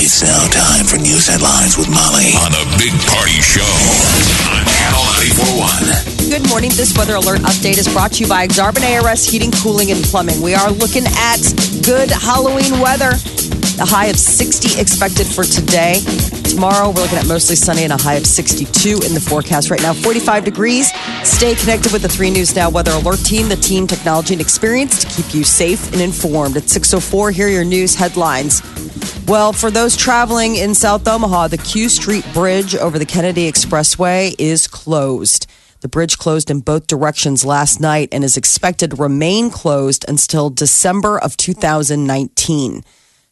It's now time for news headlines with Molly on a big party show on Channel 941. Good morning. This weather alert update is brought to you by Xarban ARS Heating, Cooling, and Plumbing. We are looking at good Halloween weather. A high of 60 expected for today. Tomorrow, we're looking at mostly sunny and a high of 62 in the forecast right now. 45 degrees. Stay connected with the 3 News Now Weather Alert Team, the team, technology, and experience to keep you safe and informed. At 6.04, here are your news headlines. Well, for those traveling in South Omaha, the Q Street Bridge over the Kennedy Expressway is closed. The bridge closed in both directions last night and is expected to remain closed until December of 2019.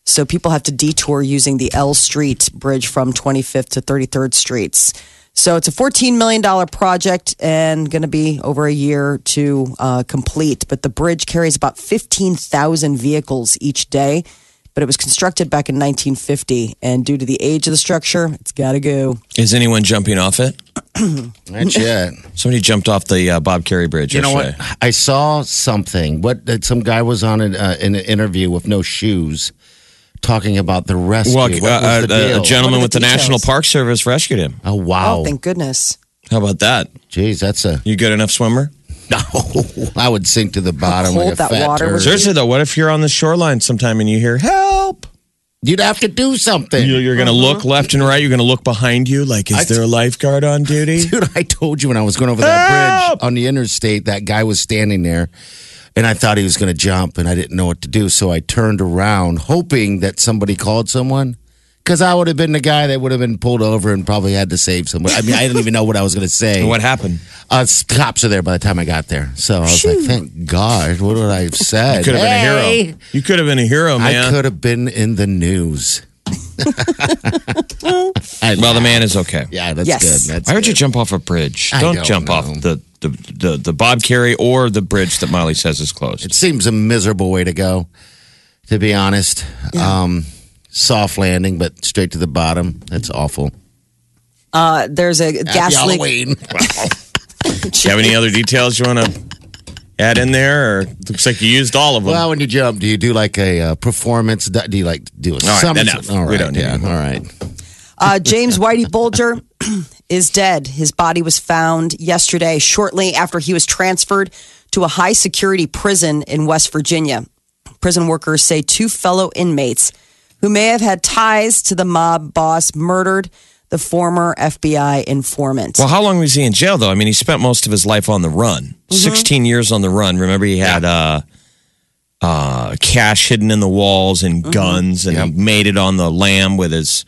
So people have to detour using the L Street Bridge from 25th to 33rd Streets. So it's a $14 million project and going to be over a year to uh, complete. But the bridge carries about 15,000 vehicles each day but it was constructed back in 1950. And due to the age of the structure, it's got to go. Is anyone jumping off it? Not yet. Somebody jumped off the uh, Bob Carey Bridge you know yesterday. what? I saw something. What that some guy was on an, uh, in an interview with no shoes, talking about the rescue. Well, What was uh, the uh, deal? a gentleman with the details? National Park Service rescued him. Oh wow! Oh, thank goodness. How about that? Jeez, that's a You good enough swimmer? no. I would sink to the bottom cold like a that fat water turd. was- Seriously though, what if you're on the shoreline sometime and you hear help? You'd have to do something. You- You're going to look left and right. You're going to look behind you. Like, is Mm-hmm. I- there a lifeguard on duty? Dude, I told you when I was going over that Help! bridge on the interstate, that guy was standing there and I thought he was going to jump and I didn't know what to do. So I turned around hoping that somebody called someone because I would have been the guy that would have been pulled over and probably had to save someone. I mean, I didn't even know what I was going to say. And what happened? Uh, s- cops are there by the time I got there. So I was like, thank God, what would I have said? You could have been a Hey! hero. You could have been a hero, I man. could have been in the news. I Well, the laugh. man is okay. Yeah, that's Yes. good. That's Why would you good. jump off a bridge? I Don't, don't jump off know. the, the, the, the Bob Carey or the bridge that Molly says is closed. It seems a miserable way to go, to be honest. Um, soft landing, but straight to the bottom. That's awful. Uh, there's a gas Happy leak. Halloween. Do you have any other details you want to add in there? Or looks like you used all of them. well, when you jump, do you do like a uh, performance? Do do you like do a right, summit? enough. We don't need yeah, anymore. all right. Uh, James Whitey Bulger is dead. His body was found yesterday, shortly after he was transferred to a high security prison in West Virginia. Prison workers say two fellow inmates who may have had ties to the mob boss murdered the former FBI informant. Well, how long was he in jail, though? I mean, he spent most of his life on the run 16 years on the run. Remember, he had uh, uh, cash hidden in the walls and guns, and he made it on the lam with his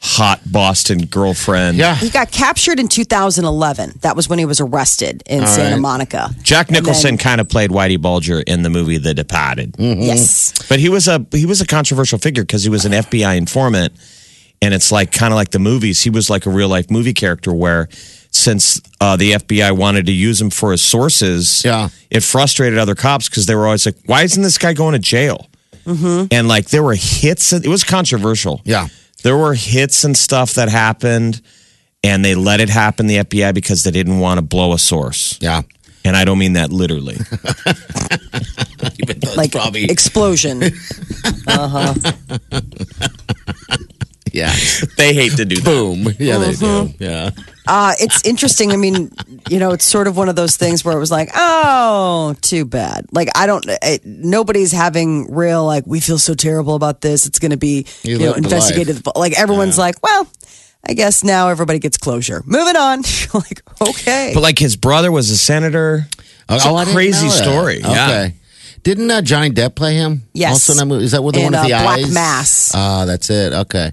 hot Boston girlfriend. Yeah. He got captured in 2011. That was when he was arrested in Santa right. Monica. Jack And Nicholson then- kind of played Whitey Bulger in the movie The Departed. Mm. Yes. But he was a he was a controversial figure because he was an FBI informant, and it's like kind of like the movies. He was like a real life movie character where, since uh, the FBI wanted to use him for his sources, Yeah. it frustrated other cops because they were always like, "Why isn't this guy going to jail?" And like there were hits. It was controversial. Mm-hmm. Yeah. there were hits and stuff that happened, and they let it happen. The FBI because they didn't want to blow a source, Yeah. and I don't mean that literally. Even though it's Like probably explosion. Uh-huh. yeah. they hate to do that. Boom. Yeah, they do. Yeah. Uh, it's interesting. I mean, you know, it's sort of one of those things where it was like, oh, too bad. Like, I don't, it, nobody's having real, like, we feel so terrible about this. It's going to be, you, You know, lived a investigated. Like, everyone's like, well, I guess now everybody gets closure. Moving on. You're like, okay. But like his brother was a senator. It's Oh, I a didn't crazy know that. story. Yeah. Okay. Didn't uh, Johnny Depp play him? Yes. Also in that movie? Is that with the In, one with uh, the Black eyes? Mass. Ah, that's it. Okay.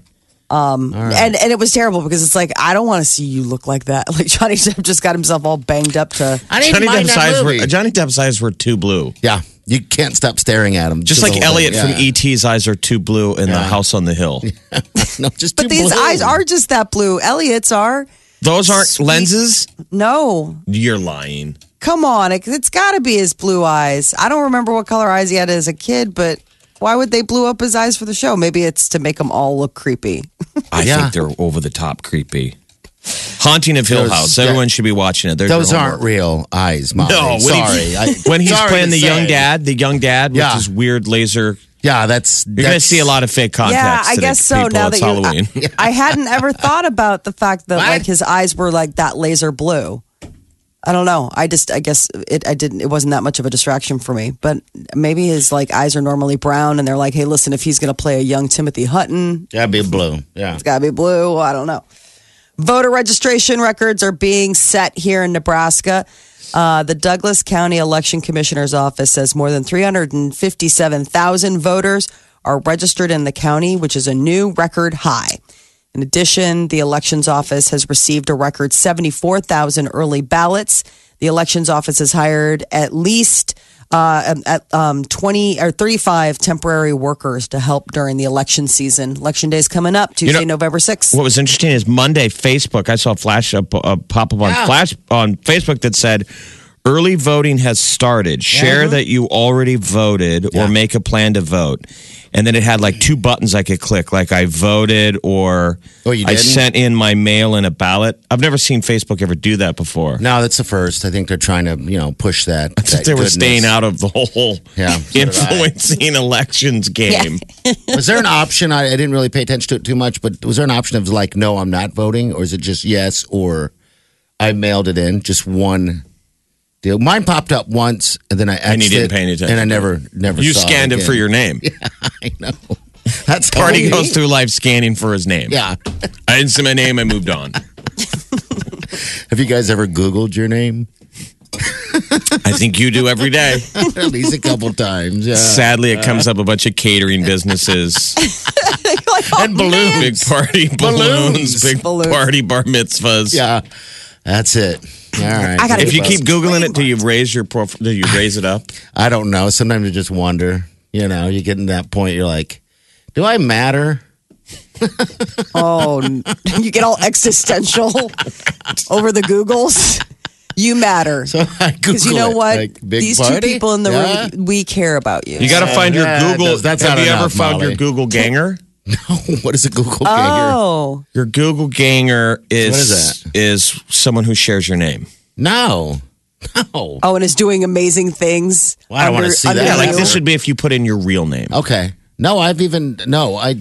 Um, and, and it was terrible because it's like, I don't want to see you look like that. Like Johnny Depp just got himself all banged up to. I didn't Johnny mind Depp's that eyes movie. were Johnny Depp's eyes were too blue. yeah, you can't stop staring at him. Just through like the whole thing. Elliot from Yeah. ET's eyes are too blue in the House on the Hill. No, just But too these blue. eyes are just that blue. Elliot's are. Those aren't lenses. No. You're lying. Come on. It, it's got to be his blue eyes. I don't remember what color eyes he had as a kid, but why would they blue up his eyes for the show? Maybe it's to make them all look creepy. I Yeah. think they're over the top creepy. Haunting of Hill Those- House. Everyone should be watching it. There's Those your aren't homework. real eyes, Molly. No, when he- sorry. I- When he's sorry playing to the say. young dad, the young dad with Yeah. his weird laser. Yeah, that's You're going to see a lot of fake contacts. yeah, I today, guess so. people. now it's that you're, Halloween. I, I hadn't ever thought about the fact that What? like his eyes were like that laser blue. I don't know. I just, I guess it. I didn't. It wasn't that much of a distraction for me. But maybe his like eyes are normally brown, and they're like, hey, listen, if he's gonna play a young Timothy Hutton, That'd be blue. Yeah. it's gotta be blue. I don't know. Voter registration records are being set here in Nebraska. Uh, the Douglas County Election Commissioner's Office says more than 357,000 voters are registered in the county, which is a new record high. In addition, the Elections Office has received a record 74,000 early ballots. The Elections Office has hired at least uh, um, at um, 20 or 35 temporary workers to help during the election season. Election day is coming up Tuesday, know- November 6th. What was interesting is Monday Facebook. I saw a flash up a pop up on flash on Facebook that said early voting has started. Share that you already voted or make a plan to vote. And then it had like two buttons I could click, like I voted or Oh, you I didn't? sent in my mail in a ballot. I've never seen Facebook ever do that before. No, that's the first. I think they're trying to, you know, push that. I think that they were goodness. staying out of the whole Yeah, so did I. influencing elections game. Was there an option? I, I didn't really pay attention to it too much, but was there an option of like, no, I'm not voting, or is it just yes, or I mailed it in, just one deal? Mine popped up once, and then I And you X'd didn't it, pay any attention and I to never, never. You saw scanned it, again. for your name. I know. That's Party how we- goes through life scanning for his name. Oh, Yeah. I didn't see my name. I moved on. Have you guys ever Googled your name? I think you do every day. At least a couple times. Yeah. Sadly, it uh, comes up a bunch of catering businesses, And balloons. big party balloons, Balloons. big Balloons. party bar mitzvahs. Yeah. That's it. All right. I gotta If you Balloons. keep googling it, do you raise your profile? Do you raise it up? I don't know. Sometimes you just wonder. You know, you get in that point. You're like, do I matter? Oh, n- you get all existential over the Googles. You matter. So I Because you Google know it, what? like, big These two party? people in the Yeah. room, we care about you. You got to find your Yeah, Google. that's have not you ever enough, found your Molly. Google ganger? what is a Google ganger? oh, Your Google ganger is What is that? is someone who shares your name. No. No. oh, and is doing amazing things. Well, I don't under- wanna see under that. Yeah, like you. this would be if you put in your real name. Okay. No, I've even no. I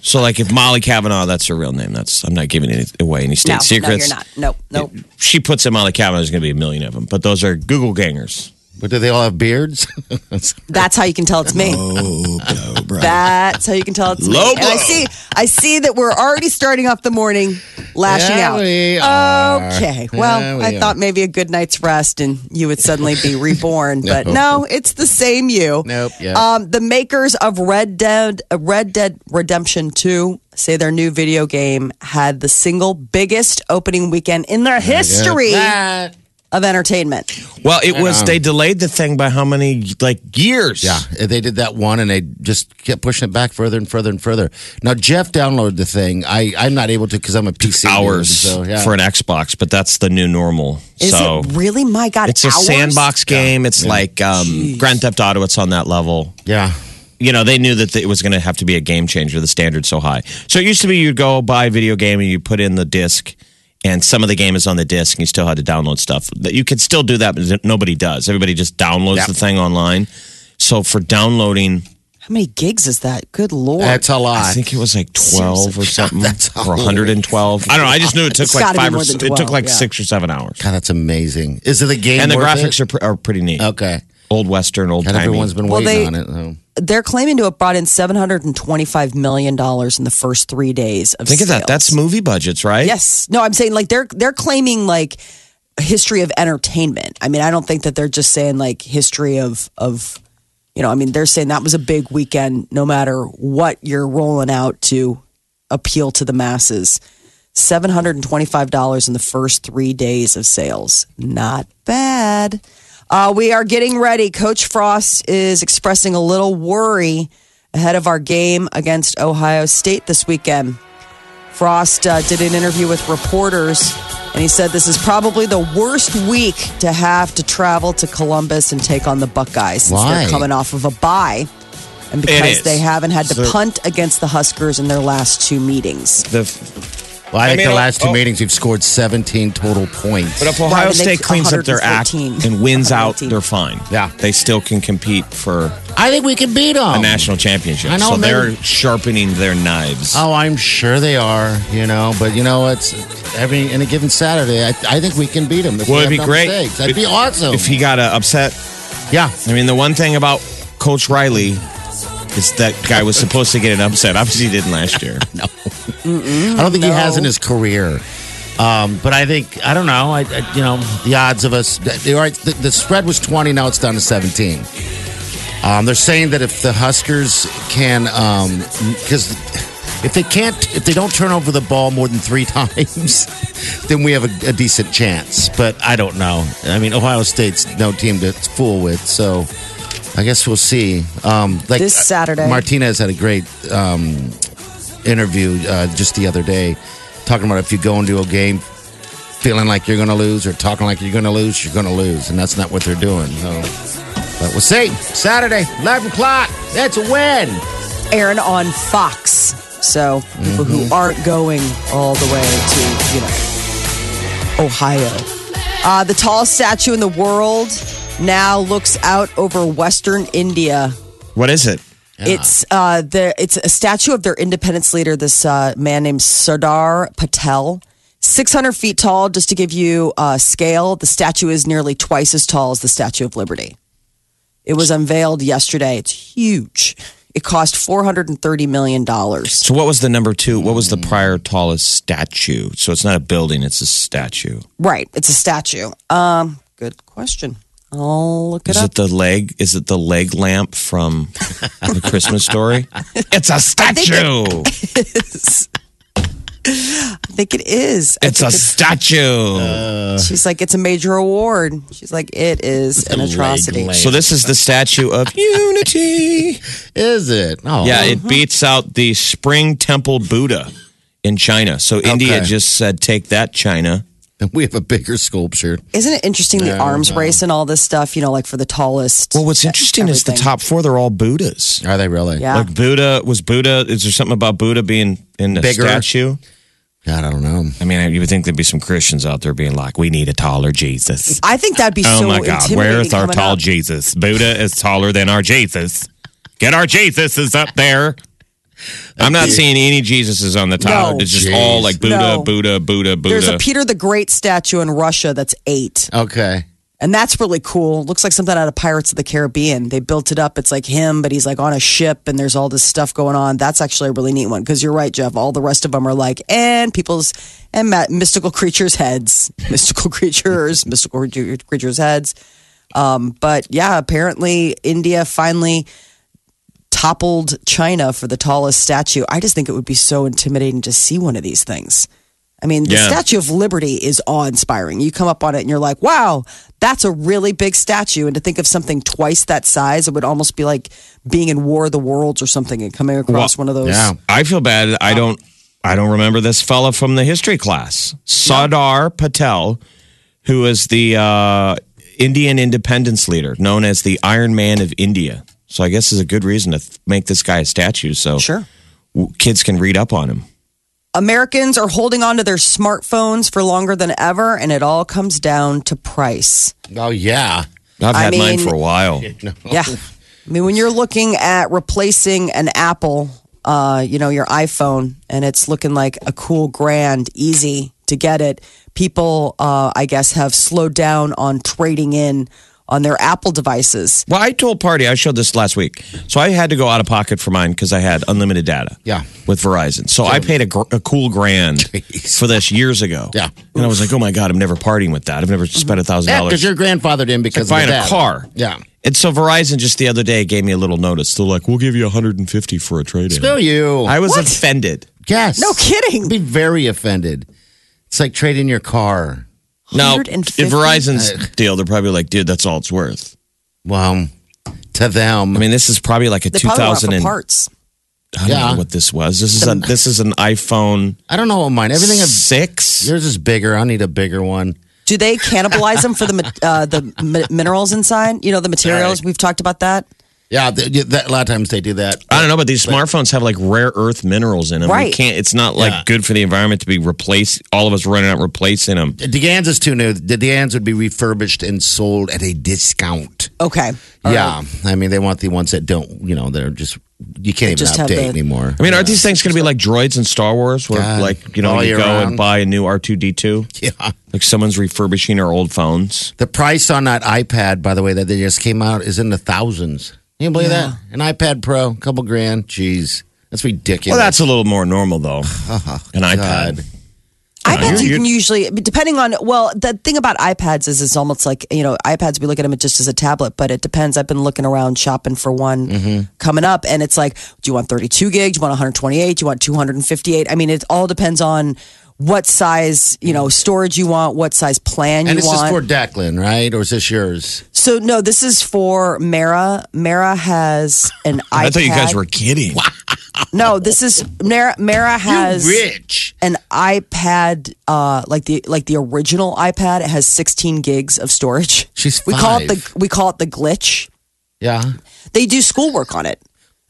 So, like if Molly Kavanaugh, that's her real name. That's I'm not giving any, away any state No, no, secrets. you're not. Nope, nope. She puts in Molly Kavanaugh. There's going to be a million of them, but those are Google gangers. but do they all have beards? That's how you can tell it's me. That's how you can tell it's me. Low And I blow. see, I see that we're already starting off the morning lashing Yeah, out. we are. Okay. Yeah, Well, we I are. thought maybe a good night's rest and you would suddenly be reborn, but no, it's the same you. Nope, yeah. Um, the makers of Red Dead, uh, Red Dead Redemption Two say their new video game had the single biggest opening weekend in their history Ah. That- of entertainment. Well, it was um, they delayed the thing by how many like years? Yeah, they did that one, and they just kept pushing it back further and further and further. Now Jeff downloaded the thing. I I'm not able to because I'm a PC. hours user, so, yeah. for an Xbox, but that's the new normal. Is so it really? My God, it's a hours? sandbox game. It's like um, Grand Theft Auto. It's on that level. yeah. You know, they knew that it was going to have to be a game changer. The standard's so high. So it used to be you'd go buy a video game and you put in the disc, and some of the game is on the disc, and you still had to download stuff. That You could still do that, but nobody does. Everybody just downloads the thing online. So for downloading, How many gigs is that? Good lord. That's a lot. I think it was like twelve or something, That's or all. 112. I don't know. I just knew it took It's like gotta be five or more s- than it 12, took like yeah. six or seven hours. God, that's amazing. Is it the game? And the worth graphics it? are, pr- are pretty neat. okay. Old western, old And timey. everyone's been Well, waiting they- on it. though. They're claiming to have brought in $725 million in the first three days of Think of that. sales. That's movie budgets, right? Yes. No, I'm saying like they're they're claiming like history of entertainment. I mean, I don't think that they're just saying like history of of you know, I mean, they're saying that was a big weekend no matter what you're rolling out to appeal to the masses. $725 in the first three days of sales. Not bad. Uh, we are getting ready. Coach Frost is expressing a little worry ahead of our game against Ohio State this weekend. Frost uh, did an interview with reporters, and he said this is probably the worst week to have to travel to Columbus and take on the Buckeyes since Why? they're coming off of a bye, and because is. they haven't had to So- punt against the Huskers in their last two meetings. The, Well, I, I think mean, the oh, last two oh. meetings we've scored 17 total points. but if Why Ohio would they- State cleans up their act 114. and wins out, 114. they're fine. Yeah. They still can compete for I think we can beat them. a national championship. I know, so they're maybe- sharpening their knives. Oh, I'm sure they are, you know. But you know, it's every any given Saturday. I, I think we can beat them. If Well, we it'd have be no great. mistakes. That'd be If- awesome. If he got uh, upset, yeah, I mean, the one thing about Coach Riley is that guy was supposed to get an upset. Obviously, he didn't last year. I don't think he no. has in his career. Um, but I think I don't know. I, I you know the odds of us. All right, the, the spread was 20. Now it's down to 17. Um, they're saying that if the Huskers can, um, because if they can't, if they don't turn over the ball more than three times, then we have a, a decent chance. But I don't know. I mean, Ohio State's no team to fool with, so I guess we'll see. Um, like This Saturday. Martinez had a great um, interview uh, just the other day, talking about if you go into a game feeling like you're going to lose or talking like you're going to lose, you're going to lose, and that's not what they're doing. So. But we'll see. Saturday, 11 o'clock. That's a win. Aaron on Fox. So people who aren't going all the way to, you know, Ohio. Uh, the tallest statue in the world now looks out over Western India. What is it? It's uh, the it's a statue of their independence leader, this uh, man named Sardar Patel. 600 feet tall, just to give you a scale, the statue is nearly twice as tall as the Statue of Liberty. It was unveiled yesterday. It's huge. It cost $430 million. So, what was the number two? What was the prior tallest statue? So, it's not a building, it's a statue. Right. It's a statue. Um, good question. I'll look it Is up. it the leg? Is it the leg lamp from the Christmas story? It's a statue. I think it is. I It's a think statue. she's like, it's a major award. She's like, it is an atrocity. so this is the statue of unity. Is it? Oh, Yeah, it beats out the Spring Temple Buddha in China. So India Okay. just said, "Take that, China." We have a bigger sculpture. Isn't it interesting the arms race and all this stuff, you know, like for the tallest? Well, what's interesting is the everything. top four. They're all Buddhas. Are they really? yeah. Like Buddha was Buddha. Is there something about Buddha being in a Bigger. statue? God, I don't know. I mean, you would think there'd be some Christians out there being like, "We need a taller Jesus." I think that'd be Oh so my God, intimidating where's our coming tall up. Jesus? Buddha is taller than our Jesus. Get our Jesuses up there. I'm not seeing any Jesuses on the top. No. It's just all Jeez. like Buddha, No. Buddha, Buddha, Buddha. There's a Peter the Great statue in Russia that's eight, Okay. and that's really cool. Looks like something out of Pirates of the Caribbean. They built it up. It's like him, but he's like on a ship, and there's all this stuff going on. That's actually a really neat one because you're right, Jeff. All the rest of them are like and people's and ma- mystical creatures' heads, mystical creatures, mystical cre- creatures' heads. Um, but yeah, apparently India finally toppled China for the tallest statue. I just think it would be so intimidating to see one of these things. I mean, the Yeah. Statue of Liberty is awe inspiring. You come up on it and you're like, wow, that's a really big statue. And to think of something twice that size, it would almost be like being in War of the Worlds or something and coming across one of those. Yeah. Oh. I feel bad. Oh. I don't. I don't remember this fella from the history class, Sadar Patel, who is the uh, Indian independence leader, known as the Iron Man of India. So I guess is a good reason to th- make this guy a statue, so Sure. w- kids can read up on him. Americans are holding on to their smartphones for longer than ever, and it all comes down to price. Oh, yeah. I've I had mine mean- for a while. Yeah. I mean, when you're looking at replacing an Apple, uh, you know, your iPhone, and it's looking like a cool grand, easy to get it, people, uh, I guess, have slowed down on trading in on their Apple devices. Well, I told Party, I showed this last week. So I had to go out of pocket for mine because I had unlimited data. Yeah. With Verizon. So I paid a, gr- a cool grand for this years ago. Yeah. And I was like, oh my God, I'm never partying with that. I've never spent a thousand Yeah, because dollars your grandfather didn't because buying of a that. car. Yeah. And so Verizon just the other day gave me a little notice. They're like, we'll give you 150 for a trade in. Screw you. I was offended. Yes. No kidding. I'd be very offended. It's like trading your car. Now, 150? if Verizon's deal, they're probably like, dude, that's all it's worth. Well, to them. I mean, this is probably like a They two probably were off thousand of and parts. I don't Yeah. know what this was. This is a this is an iPhone I don't know what mine. Everything. I've- six. Yours is bigger. I need a bigger one. Do they cannibalize them for the ma- uh, the mi- minerals inside? You know the materials. We've talked about that. Yeah, th- y- that, a lot of times they do that. I don't know, but these smartphones have like rare earth minerals in them. We Right. can't. It's not like Yeah. good for the environment to be replaced. All of us running out replacing them. DeGans is too new. The DeGans would be refurbished and sold at a discount. Okay. yeah, I mean they want the ones that don't. You know, they're just you can't even just have update the- anymore. I mean, aren't these things going to be like droids in Star Wars, where God. like you know All you year go round. and buy a new R two D two? yeah. Like someone's refurbishing our old phones. The price on that iPad, by the way, that they just came out is in the thousands. Can you believe that? An iPad Pro, couple grand. Jeez, that's ridiculous. Well, that's a little more normal though. An iPad. Oh, God. iPads you- you can usually depending on well the thing about iPads is it's almost like you know iPads we look at them just as a tablet but it depends I've been looking around shopping for one Mm-hmm. coming up and it's like do you want 32 gig do you want 128 do you want 258 I mean it all depends on what size you know storage you want what size plan and you this is want for Declan, right? Or is this yours? so no this is for Mara Mara has an iPad I thought you guys were kidding. no this is Mara Mara has Rich. an iPad, uh, like the like the original iPad. It has 16 gigs of storage. She's we call it the five. we call it the glitch. Yeah. They do schoolwork on it.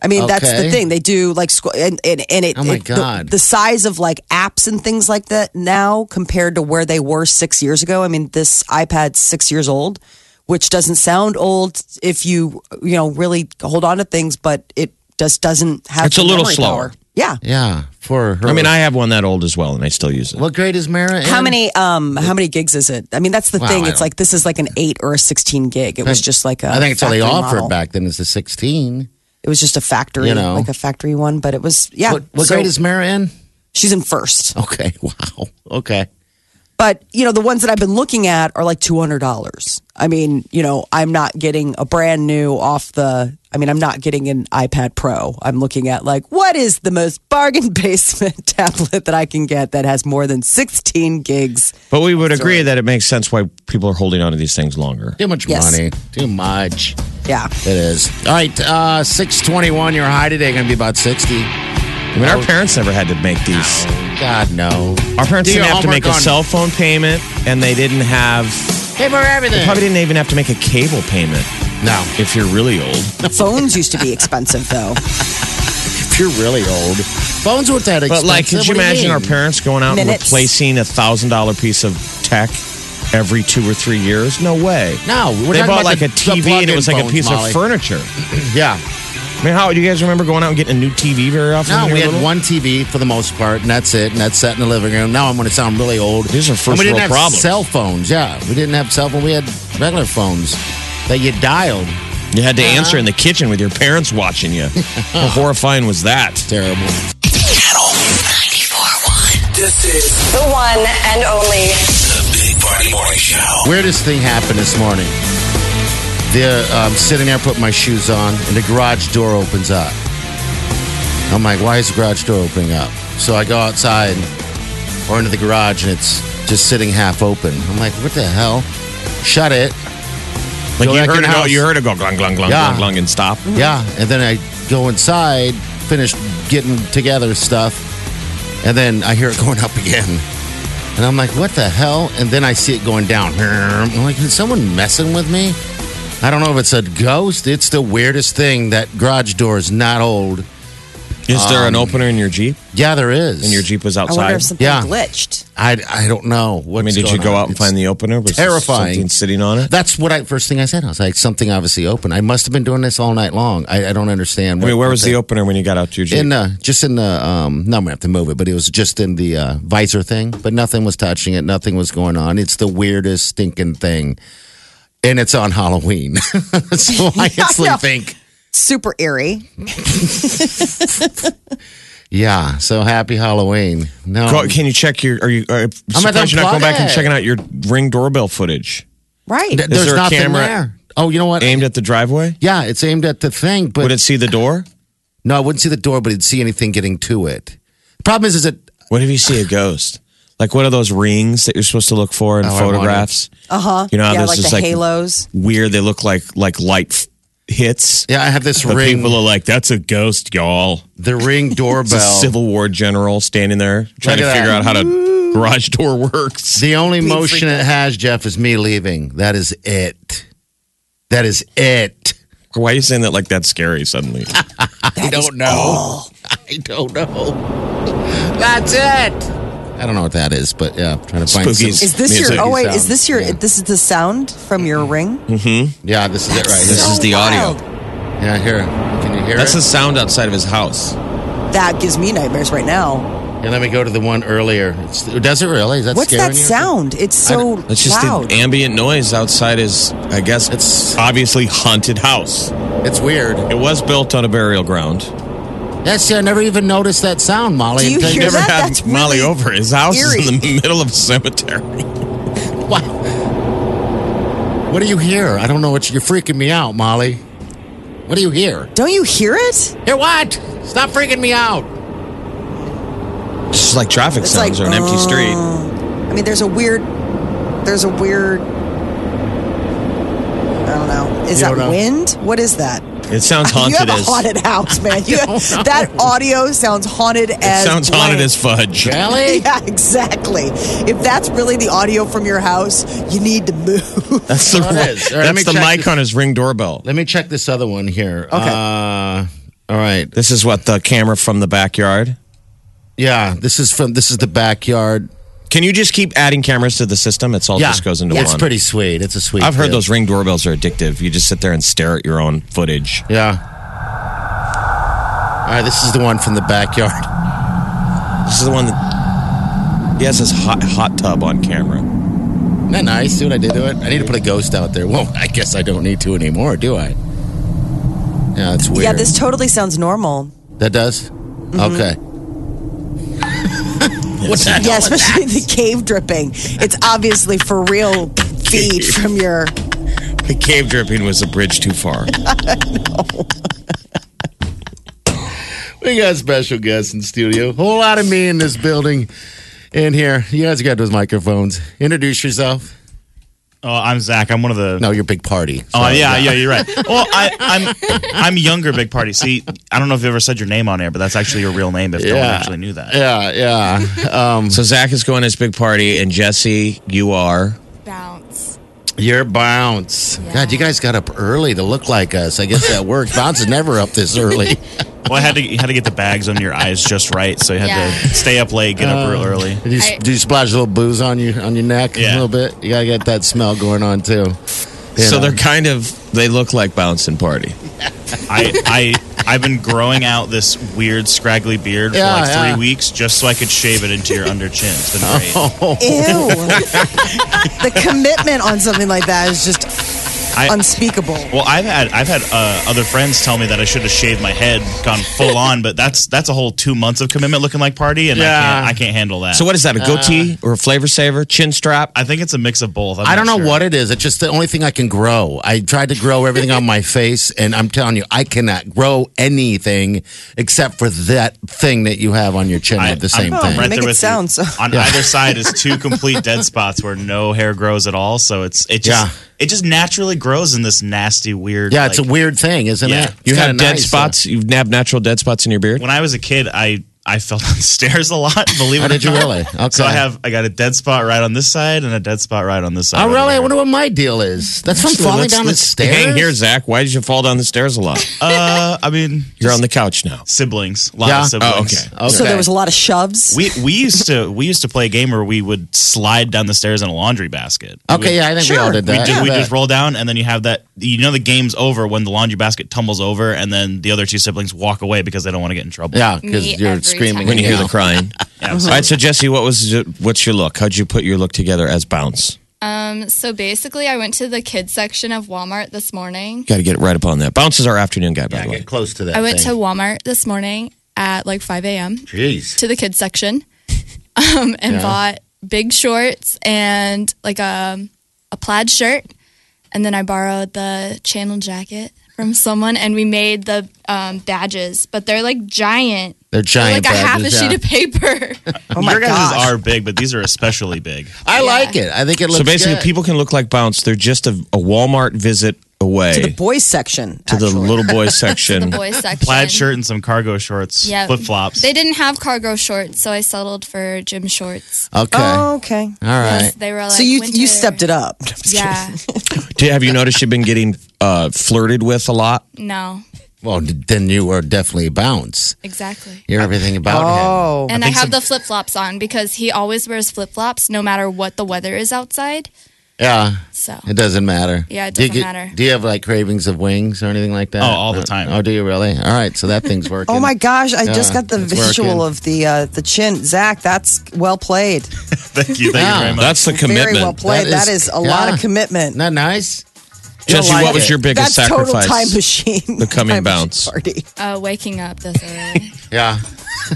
I mean, that's the Okay. thing. They do like school and and, and it. Oh, my it- the- God. The, size of like apps and things like that now compared to where they were six years ago. I mean, this iPad's six years old, which doesn't sound old if you you know really hold on to things, but it just doesn't have. It's a the little memory slower. power. Yeah. Yeah. For her. I mean, I have one that old as well, and I still use it. What grade is Mara? in? How many um how many gigs is it? I mean that's the Wow, thing. I It's don't- like this is like an eight or a sixteen gig. It was just like a I think it's all they factory offered model. back then is the 16. It was just a factory, You know. like a factory one, but it was yeah. What, what So grade is Mara in? she's in first? Okay. Wow. Okay. But you know the ones that I've been looking at are like two hundred dollars. I mean you know I'm not getting a brand new off the. I mean I'm not getting an iPad Pro. I'm looking at like what is the most bargain basement tablet that I can get that has more than sixteen gigs. But we would agree that it makes sense why people are holding on to these things longer. Too much Yes. money. Too much. Yeah. It is. All right. Uh, 621. Your high today going to be about 60. I mean, our parents never had to make these. God, no. Our parents didn't Do your have to homework make a on- cell phone payment, and they didn't have. Pay for everything. Probably didn't even have to make a cable payment no. if you're really old. Phones used to be expensive though. If you're really old, phones with that But expensive. like, could you What do imagine our mean? parents going out and Minutes. replacing a thousand dollar piece of tech every two or three years? No way. No, we're they bought talking about like the- a the TV and it plug-in was like a phones, piece Molly. of furniture. Yeah. I mean, how do you guys remember going out and getting a new TV very often? No, when you we were had little? one TV for the most part, and that's it, and that's set in the living room. Now I'm going to sound really old. These are first and we didn't world have problems. cell phones. Yeah, we didn't have cell phone. We had regular phones that you dialed. You had to Uh-huh. answer in the kitchen with your parents watching you. How horrifying was that? Terrible. Channel 941. This is The one and only. the Big Party Morning Show. Weirdest thing happened this morning. The um, sitting there, putting my shoes on, and the garage door opens up. I'm like, why is the garage door opening up? So I go outside or into the garage, and it's just sitting half open. I'm like, what the hell? Shut it. Like Go you back in heard, it the go, house. you heard it go glung, glung, glung, Yeah. glung, glung, and stop. Yeah, and then I go inside, finish getting together stuff, and then I hear it going up again. And I'm like, what the hell? And then I see it going down. I'm like, is someone messing with me? I don't know if it's a ghost. It's the weirdest thing that garage door is not old. Is Um, there an opener in your Jeep? Yeah, there is. And your Jeep was I wonder outside? if something Yeah. glitched. I, I don't know. I What's mean, did you going go on. out and It's- find the opener? Was there terrifying. Something sitting on it? That's what I first thing I said. I was like, something obviously open. I must have been doing this all night long. I, I don't understand. I mean, where was the the opener when you got out to your Jeep? in uh, just in the um no i'm gonna have to move it but it was just in the uh, visor thing but nothing was touching it nothing was going on it's the weirdest stinking thing and it's on halloween so i instantly know. think Super eerie. yeah so happy halloween no Go- can you check your? Are you? Are, I'm surprised you're not going back and unplug it. checking out your ring doorbell footage Right. Th- there's there a nothing camera there oh you know what aimed at the driveway. yeah it's aimed at the thing but Would it see the door? no i wouldn't see the door but it'd see anything getting to it Problem is, is that What if you see a ghost? Like what are those rings that you're supposed to look for in Oh, I wanted- photographs? Uh huh. You know how Uh-huh. yeah, there's like the just like halos. weird. They look like like light f- hits. yeah, I have this But ring, people are like, "That's a ghost, y'all." the ring It's a doorbell. Civil War general standing there trying to Look at figure that. out how to garage door works. the only motion it has, Jeff, is me leaving. That is it. That is it. Why are you saying that like that's scary suddenly? I don't know. I don't know. That's it. I don't know what that is, but yeah, I'm trying to find Spooky. some- Is this Music. your? Oh wait, is Sound, this your? yeah. This is the sound from your ring. Mm-hmm. Yeah, this is it right This here. is the audio. wild. Yeah, I hear it. Can you hear That's it? the sound outside of his house. That gives me nightmares right now. and let me go to the one earlier. It's, does it really? Is that What's scaring that you? sound? It's so It's just loud. an ambient noise outside his, I guess, it's obviously haunted house. It's weird. It was built on a burial ground. Yeah, see, I never even noticed that sound, Molly. Do you until hear never- that? Had That's Molly really over his house is eerie. in the middle of a cemetery. What? What do you hear? I don't know what you- you're freaking me out, Molly. What do you hear? Don't you hear it? Hear what? Stop freaking me out. It's just like traffic It's sounds like, uh, or an empty street. I mean, there's a weird. There's a weird. I don't know. Is You that don't know. wind? What is that? It sounds you have haunted a as it haunted house, man. You have, that audio sounds haunted as. sounds haunted blank. as fudge. Really? Yeah, exactly. If that's really the audio from your house, you need to move. That's the, Oh, it is. All right, let that's me the check mic this. on his ring doorbell. Let me check this other one here. Okay. Uh, all right. This is what the camera from the backyard. Yeah, this is from this is the backyard. Can you just keep adding cameras to the system? It's all yeah, just goes into it's one. pretty sweet. It's a sweet. I've heard tip. those ring doorbells are addictive. You just sit there and stare at your own footage. Yeah. All right, this is the one from the backyard. This is the one that he has his hot hot tub on camera. Isn't that nice? See what I did to it? I need to put a ghost out there. Well, I guess I don't need to anymore, do I? Yeah, that's weird. Yeah, this totally sounds normal. that does. Okay. What's that? Yeah, especially the cave dripping. It's obviously for real feed from your. The cave dripping was a bridge too far. We got special guests in studio. Whole lot of me in this building. In here, you guys got those microphones. Introduce yourself. Oh, I'm Zach. I'm one of the. No, your big party. Oh yeah, yeah, you're right. Well, I, I'm I'm younger. Big party. See, I don't know if you ever said your name on air, but that's actually your real name. If no one Yeah. actually knew that. yeah, yeah. so Zach is going to his big party, and Jesse, you are. bounce. Your bounce. God, you guys got up early to look like us. I guess that works. bounce is never up this early. Well, I had to you had to get the bags under your eyes just right, so you had to Yeah. stay up late, get Oh. up real early. Did you, I- do you splash a little booze on you on your neck a Yeah. little bit? You gotta get that smell going on too. You so know. they're kind of they look like bouncing party. I I I've been growing out this weird scraggly beard for Yeah, like three yeah. Oh. weeks just so I could shave it into your under chin. It's been great. Ew. the commitment on something like that is just I- unspeakable. Well, I've had I've had uh, other friends tell me that I should have shaved my head, gone full on, but that's that's a whole two months of commitment looking like party, and I, Yeah. can't, I can't handle that. So what is that? A Uh, goatee or a flavor saver? Chin strap? I think it's a mix of both. I'm I don't not know sure. what it is. It's just the only thing I can grow. I tried to grow everything on my face, and I'm telling you, I cannot grow anything except for that thing that you have on your chin. I, I- have the same I'm thing. right Make there it with sound so- you. On either side is two complete dead spots where no hair grows at all. So it's it just Yeah. it just naturally grows in this nasty weird. yeah, it's like- a weird thing, isn't Yeah. it? It's You kinda have dead nice, uh, spots. You have natural dead spots in your beard. When I was a kid, I I fell down stairs a lot. Believe How it Oh, did or you not. really? Okay. So I have I got a dead spot right on this side and a dead spot right on this side. Oh, over really? I there. wonder what my deal is. That's from falling Let's- down let's the stairs. Hang here, Zach. Why did you fall down the stairs a lot? Uh, I mean, You're on the couch now. siblings, a lot Yeah. of siblings. Oh, okay. Okay. So there was a lot of shoves. We we used to we used to play a game where we would slide down the stairs in a laundry basket. We Okay, would- yeah, I think we Sure. all did We, that. did, we Yeah. just roll down, and then you have that. You know, the game's over when the laundry basket tumbles over, and then the other two siblings walk away because they don't want to get in trouble. Yeah, Me because you're every screaming time. When you hear Yeah. the crying. All right, so Jesse, what was your- what's your look? How'd you put your look together as bounce? Um, so basically, I went to the kids section of Walmart this morning. Got to get right up on that. Bounce is our afternoon guy, by Yeah, the way. get close to that. I went to thing. Walmart this morning at like 5 a.m. Jeez. to the kids section um, and Yeah. bought big shorts and like a, a plaid shirt. And then I borrowed the channel jacket from someone, and we made the um, badges, but they're like giant. They're giant like a half a badges, sheet yeah. of paper. Oh Your guys' are big, but these are especially big. I like it. I think it looks So basically, good. people can look like bounce. They're just a, a Walmart visit away to the boys section. to the actually. little boy section. Boy section. Plaid shirt and some cargo shorts, Yeah. flip flops. They didn't have cargo shorts, so I settled for gym shorts. Okay. Oh, okay. All right. 'Cause They were like so you winter. you stepped it up. Yeah. Do, have you noticed you've been getting uh, flirted with a lot? no. Well, then you are definitely a bounce. Exactly. You're everything about him. Oh, And I, have the flip flops on because he always wears flip flops no matter what the weather is outside. Yeah. So It doesn't matter. Yeah, it Do you doesn't matter. Do you have like cravings of wings or anything like that? Oh, all the time. Oh, do you really? All right, so that thing's working. Oh my gosh! I just Yeah, got the it's visual working. of the uh, the chin, Zach. That's well played. thank you, thank you very much. That's the commitment. Very well played. That That is- is, a lot yeah. of commitment. Isn't that nice? Jesse, like what was it. your biggest That's total sacrifice? time machine. Becoming Time machine bounce. party. uh, waking up this early, Yeah.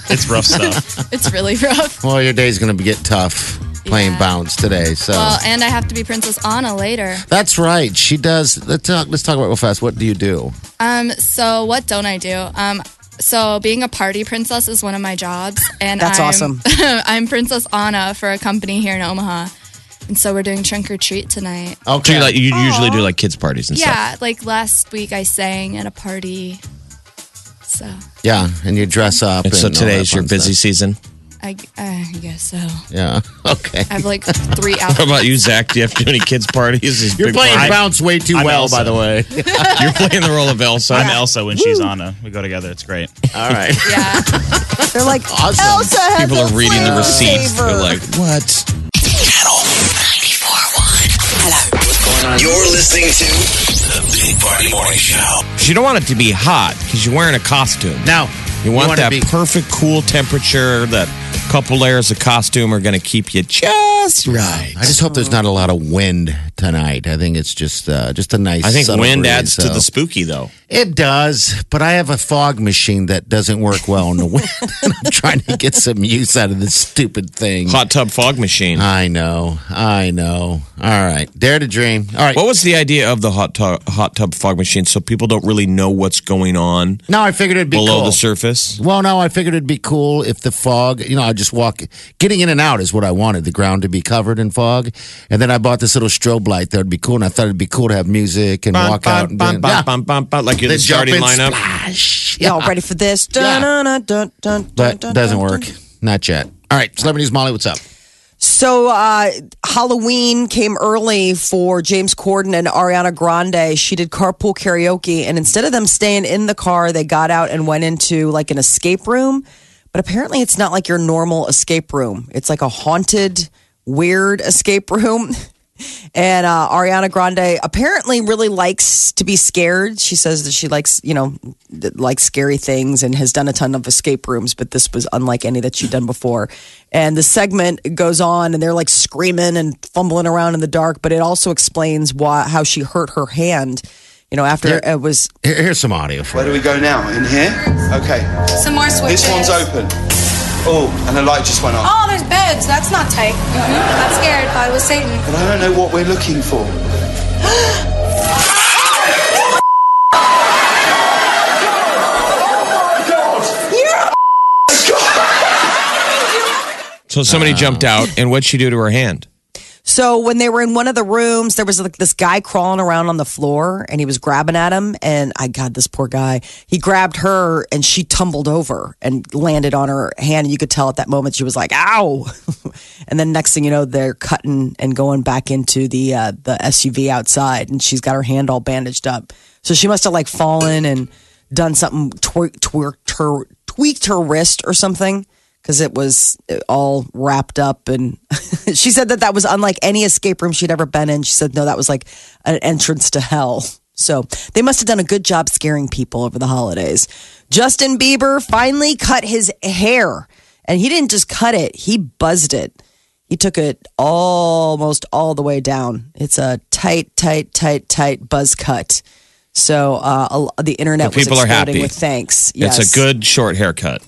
it's rough stuff. it's really rough. Well, your day's going to get tough playing Yeah. bounce today. So Well, and I have to be Princess Anna later. that's right. She does. Let's talk, let's talk about it real fast. What do you do? Um, so what don't I do? Um, so being a party princess is one of my jobs, and That's I'm, awesome. I'm Princess Anna for a company here in Omaha, and so we're doing trunk or treat tonight. Do Okay. you like you usually do like kids parties and stuff? Yeah, like last week I sang at a party, so yeah, and you dress up. And so all that today's your fun busy stuff. season. I, I guess so. Yeah. Okay. I have like three How outfits. about you, Zach? Do you have to do any kids parties? These You're big playing parties? bounce way too I'm well, Elsa. by the way. You're playing the role of Elsa. I'm Elsa when she's Anna. We go together. It's great. all right. Yeah. They're like Awesome. Elsa. Has People a are reading the flavor receipts. saver." They're like, what? Channel 941. Hello. You're listening to the Big Party Morning Show. You don't want it to be hot because you're wearing a costume. Now, You want wanna that be- perfect cool temperature. That couple layers of costume are going to keep you just right. I just hope there's not a lot of wind tonight. I think it's just uh, just a nice. I think subtle wind breeze, adds to so- the spooky, though. It does, but I have a fog machine that doesn't work well in the wind. I'm trying to get some use out of this stupid thing. Hot tub fog machine. I know, I know. All right, dare to dream. All right. What was the idea of the hot tub, hot tub fog machine? So people don't really know what's going on no, I figured it'd be below cool. the surface. Well, no, I figured it'd be cool if the fog, you know, I just walk, getting in and out is what I wanted, the ground to be covered in fog. And then I bought this little strobe light that would be cool, and I thought it'd be cool to have music and walk out and be in- Yeah. bum, bum, bum, like you're Then the jump starting in, lineup. splash. Yeah. Y'all ready for this? Yeah. Dun-dun-dun, dun-dun, But dun-dun, doesn't dun-dun. work. Not yet. All right, celebrities, Molly, what's up? So uh, Halloween came early for James Corden and Ariana Grande. She did carpool karaoke, and instead of them staying in the car, they got out and went into like an escape room. But apparently, it's not like your normal escape room. It's like a haunted, weird escape room. And uh, Ariana Grande apparently really likes to be scared. She says that she likes, you know, th- likes scary things and has done a ton of escape rooms, but this was unlike any that she'd done before. And the segment goes on, and they're like screaming and fumbling around in the dark. But it also explains why how she hurt her hand. You know, after Yeah. it was Here- here's some audio for Where do you. we go now? In here? Okay. Some more switches. This one's open. Oh, and the light just went on. Oh, there's beds. That's not tight. Mm-hmm. I'm scared. Thought it was Satan. But I don't know what we're looking for. So somebody Uh, jumped out, and what'd she do to her hand? So when they were in one of the rooms, there was like this guy crawling around on the floor and he was grabbing at him. And I God, this poor guy. He grabbed her and she tumbled over and landed on her hand. And you could tell at that moment she was like, ow. and then next thing you know, they're cutting and going back into the uh, the SUV outside and she's got her hand all bandaged up. So she must have like fallen and done something, twer- twerked her, tweaked her wrist or something because it was all wrapped up. And she said that that was unlike any escape room she'd ever been in. She said, no, that was like an entrance to hell. So they must have done a good job scaring people over the holidays. Justin Bieber finally cut his hair, and he didn't just cut it, he buzzed it. He took it almost all the way down. It's a tight, tight, tight, tight buzz cut. So uh, a- the internet So people was are exploding happy. with thanks. Yes. It's a good short haircut.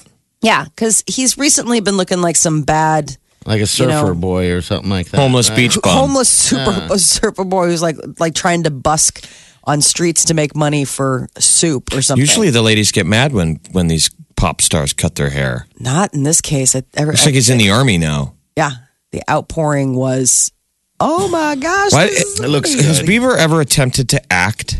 Yeah, because he's recently been looking like some bad Like a surfer know- boy or something like that. Homeless right? beach bum. homeless super surfer boy who's like like trying to busk on streets to make money for soup or something. Usually the ladies get mad when when these pop stars cut their hair. not in this case. It, every, Looks like he's in the army now. yeah, the outpouring was, oh my gosh, Why, this is it looks. Has Bieber ever attempted to act?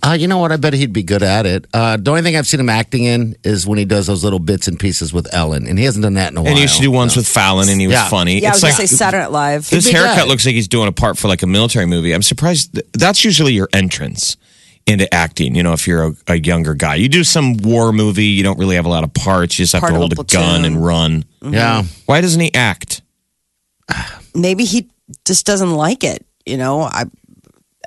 Uh, you know what? I bet he'd be good at it. Uh, the only thing I've seen him acting in is when he does those little bits and pieces with Ellen, and he hasn't done that in a while. And he used to do ones with Fallon, and he was Yeah. funny. Yeah, I was It's gonna like- say Saturday Night Live. This Big haircut guy. looks like he's doing a part for like a military movie. I'm surprised. th- That's usually your entrance into acting. You know, if you're a, a younger guy, you do some war movie, you don't really have a lot of parts. You just have Part to of a hold a, gun platoon. and run. Yeah. Why doesn't he act? Maybe he just doesn't like it. You know, I,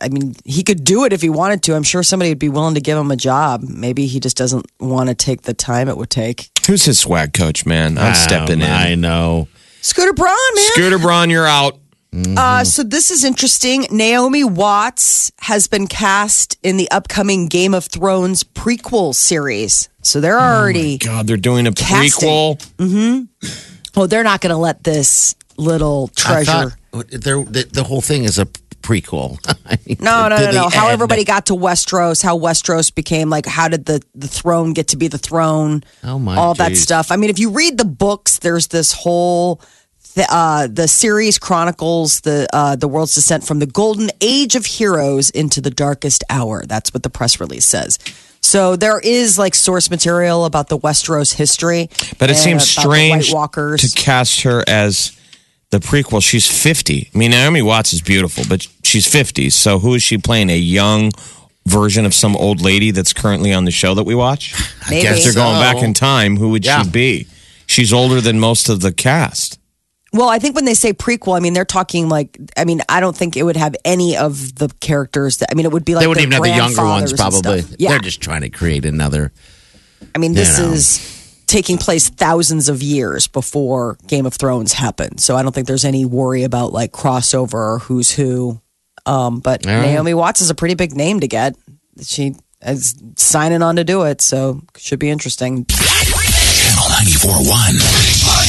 I mean, he could do it if he wanted to. I'm sure somebody would be willing to give him a job. Maybe he just doesn't want to take the time it would take. Who's his swag coach, man? I'm stepping in. Um, I know. Scooter Braun, man. Scooter Braun, you're out. Uh, so this is interesting. Naomi Watts has been cast in the upcoming Game of Thrones prequel series. So they're Oh already. God, they're doing a Casting. prequel. Oh, they're not going to let this little I treasure. thought there- the, the whole thing is a prequel. I mean, No, no, to no, no. the How end. everybody got to Westeros, how Westeros became like, how did the the throne get to be the throne? Oh, my All that geez. stuff. I mean, if you read the books, there's this whole. The, uh, the series chronicles the uh, the world's descent from the golden age of heroes into the darkest hour. That's what the press release says. So there is like source material about the Westeros history, But it and seems about the White strange Walkers. to cast her as the prequel. She's 50. I mean, Naomi Watts is beautiful, but she's 50. So who is she playing? A young version of some old lady that's currently on the show that we watch? Maybe. guess If they're going So- back in time, who would Yeah. she be? She's older than most of the cast. Well, I think when they say prequel, I mean they're talking like I mean I don't think it would have any of the characters. That, I mean it would be like They wouldn't even their have the younger ones, grandfathers probably. and stuff. Yeah, They're just trying to create another. I mean this you know. is taking place thousands of years before Game of Thrones happened, so I don't think there's any worry about like crossover or who's who. Um, but All right. Naomi Watts is a pretty big name to get. She is signing on to do it, so should be interesting. Channel 94.1.